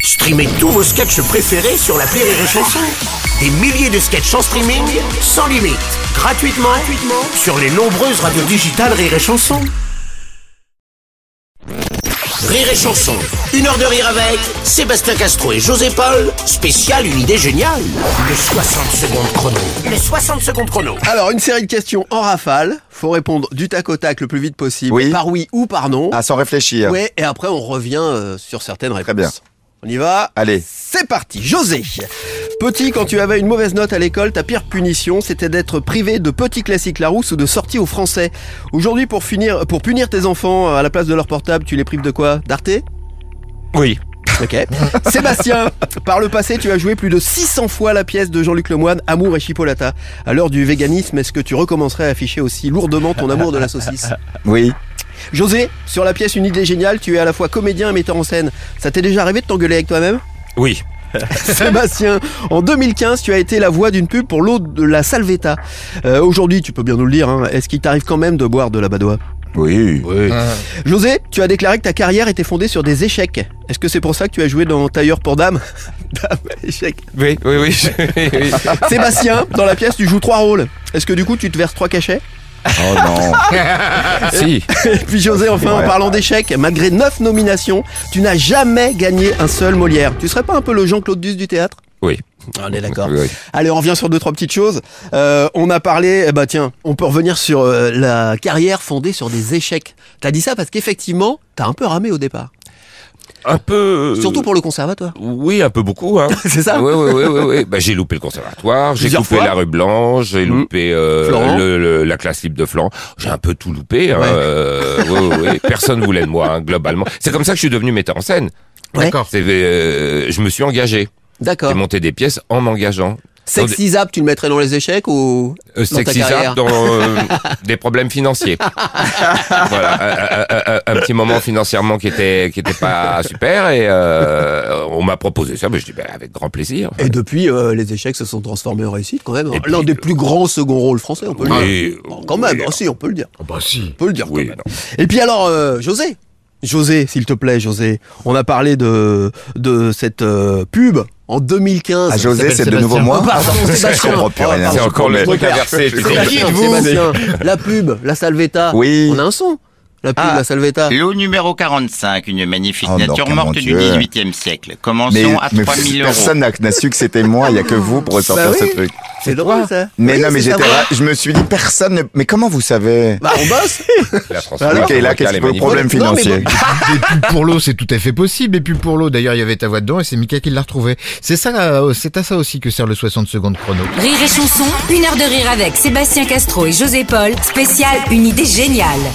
Streamez tous vos sketchs préférés sur la Rire et Chanson. Des milliers de sketchs en streaming, sans limite, gratuitement, gratuitement sur les nombreuses radios digitales Rire et Chanson. Rire et Chanson, une heure de rire avec Sébastien Castro et José Paul, spécial une idée géniale. Le 60 secondes chrono. Le 60 secondes chrono. Alors, une série de questions en rafale. Faut répondre du tac au tac le plus vite possible. Oui. Par oui ou par non. Ah, sans réfléchir. ouais, et après, on revient euh, sur certaines réponses. bien. On y va Allez. C'est parti. José. Petit, quand tu avais une mauvaise note à l'école, ta pire punition, c'était d'être privé de petits classiques Larousse ou de sorties aux Français. Aujourd'hui, pour finir, pour punir tes enfants euh, à la place de leur portable, tu les prives de quoi D'Arte Oui. Ok. Sébastien, par le passé, tu as joué plus de 600 fois la pièce de Jean-Luc Lemoyne, Amour et Chipolata. À l'heure du véganisme, est-ce que tu recommencerais à afficher aussi lourdement ton amour de la saucisse Oui. José, sur la pièce Une idée géniale, tu es à la fois comédien et metteur en scène. Ça t'est déjà arrivé de t'engueuler avec toi-même Oui. Sébastien, en 2015, tu as été la voix d'une pub pour l'eau de la Salvetta. Euh, Aujourd'hui, tu peux bien nous le dire, hein, est-ce qu'il t'arrive quand même de boire de la badoie Oui. José, tu as déclaré que ta carrière était fondée sur des échecs. Est-ce que c'est pour ça que tu as joué dans Tailleur pour Dame Dame, échec. Oui, oui, oui. oui, oui. Sébastien, dans la pièce, tu joues trois rôles. Est-ce que du coup, tu te verses trois cachets Oh non. si. Et puis José, enfin, en Ouais. parlant d'échecs, malgré neuf nominations, tu n'as jamais gagné un seul Molière. Tu serais pas un peu le Jean-Claude Duss du théâtre Oui. On est d'accord. Oui, oui. Allez, on revient sur deux, trois petites choses. Euh, on a parlé, eh ben tiens, on peut revenir sur euh, la carrière fondée sur des échecs. T'as dit ça parce qu'effectivement, t'as un peu ramé au départ. Un peu. euh, Surtout pour le conservatoire. Oui, un peu beaucoup. Hein. C'est ça Oui, oui, oui. oui, oui. Bah, j'ai loupé le conservatoire, j'ai Plusieurs loupé fois. la rue Blanche, j'ai loupé euh, Florent. le- le- la classe libre de Flan. J'ai un peu tout loupé. hein, Ouais. euh, oui, oui, oui. Personne voulait de moi, hein, globalement. C'est comme ça que je suis devenu metteur en scène. Ouais. C'est, euh, je me suis engagé. D'accord. J'ai monté des pièces en m'engageant. Sexy Zap, tu le mettrais dans les échecs ou Euh, dans ta sexy carrière zap dans euh, des problèmes financiers. voilà, un, un- un- un petit moment financièrement qui était qui était pas super et euh, on m'a proposé ça, mais je dis ben, avec grand plaisir. Et depuis, euh, les échecs se sont transformés en réussite quand même. hein. Et L'un puis, des euh, plus grands second rôles français, on peut le dire. Oui, Bon, quand même, ah si, on peut le dire. Bah si. On peut le dire. oui, quand même. non. Et puis alors, euh, José José, s'il te plaît, José, on a parlé de, de cette euh, pub en 2015. Ah, José, Ça s'appelle c'est de nouveau Sébastien. moi Oh, pardon, Sébastien. comprends plus Oh, rien. pardon, C'est encore je le comprends truc pas. inversé. tu C'est sais. qui, vous Sébastien La pub, la salvetta. Oui. On a un son. La pub, Ah. la salvetta. L'eau numéro 45, une magnifique Oh, nature non, morte mon du Dieu. 18e siècle. Commençons Mais, à mais 3000 euros. personne n'a n'a su que c'était moi, il y a que vous pour ressortir Bah oui. ce truc. C'est drôle ça. Mais Oui, non, mais c'est j'étais ta voix. là, je me suis dit personne ne... Mais comment vous savez Bah on bosse. La Alors transformation Ah, Ok, là, locale qu'est-ce est que le magnifique. problème Non, mais financier Les pubs pour l'eau, c'est tout à fait possible. Les pubs pour l'eau, d'ailleurs, il y avait ta voix dedans et c'est Mika qui l'a retrouvée. C'est ça, euh, c'est à ça aussi que sert le 60 secondes chrono. Rire et chanson, une heure de rire avec Sébastien Castro et José Paul, spécial une idée géniale.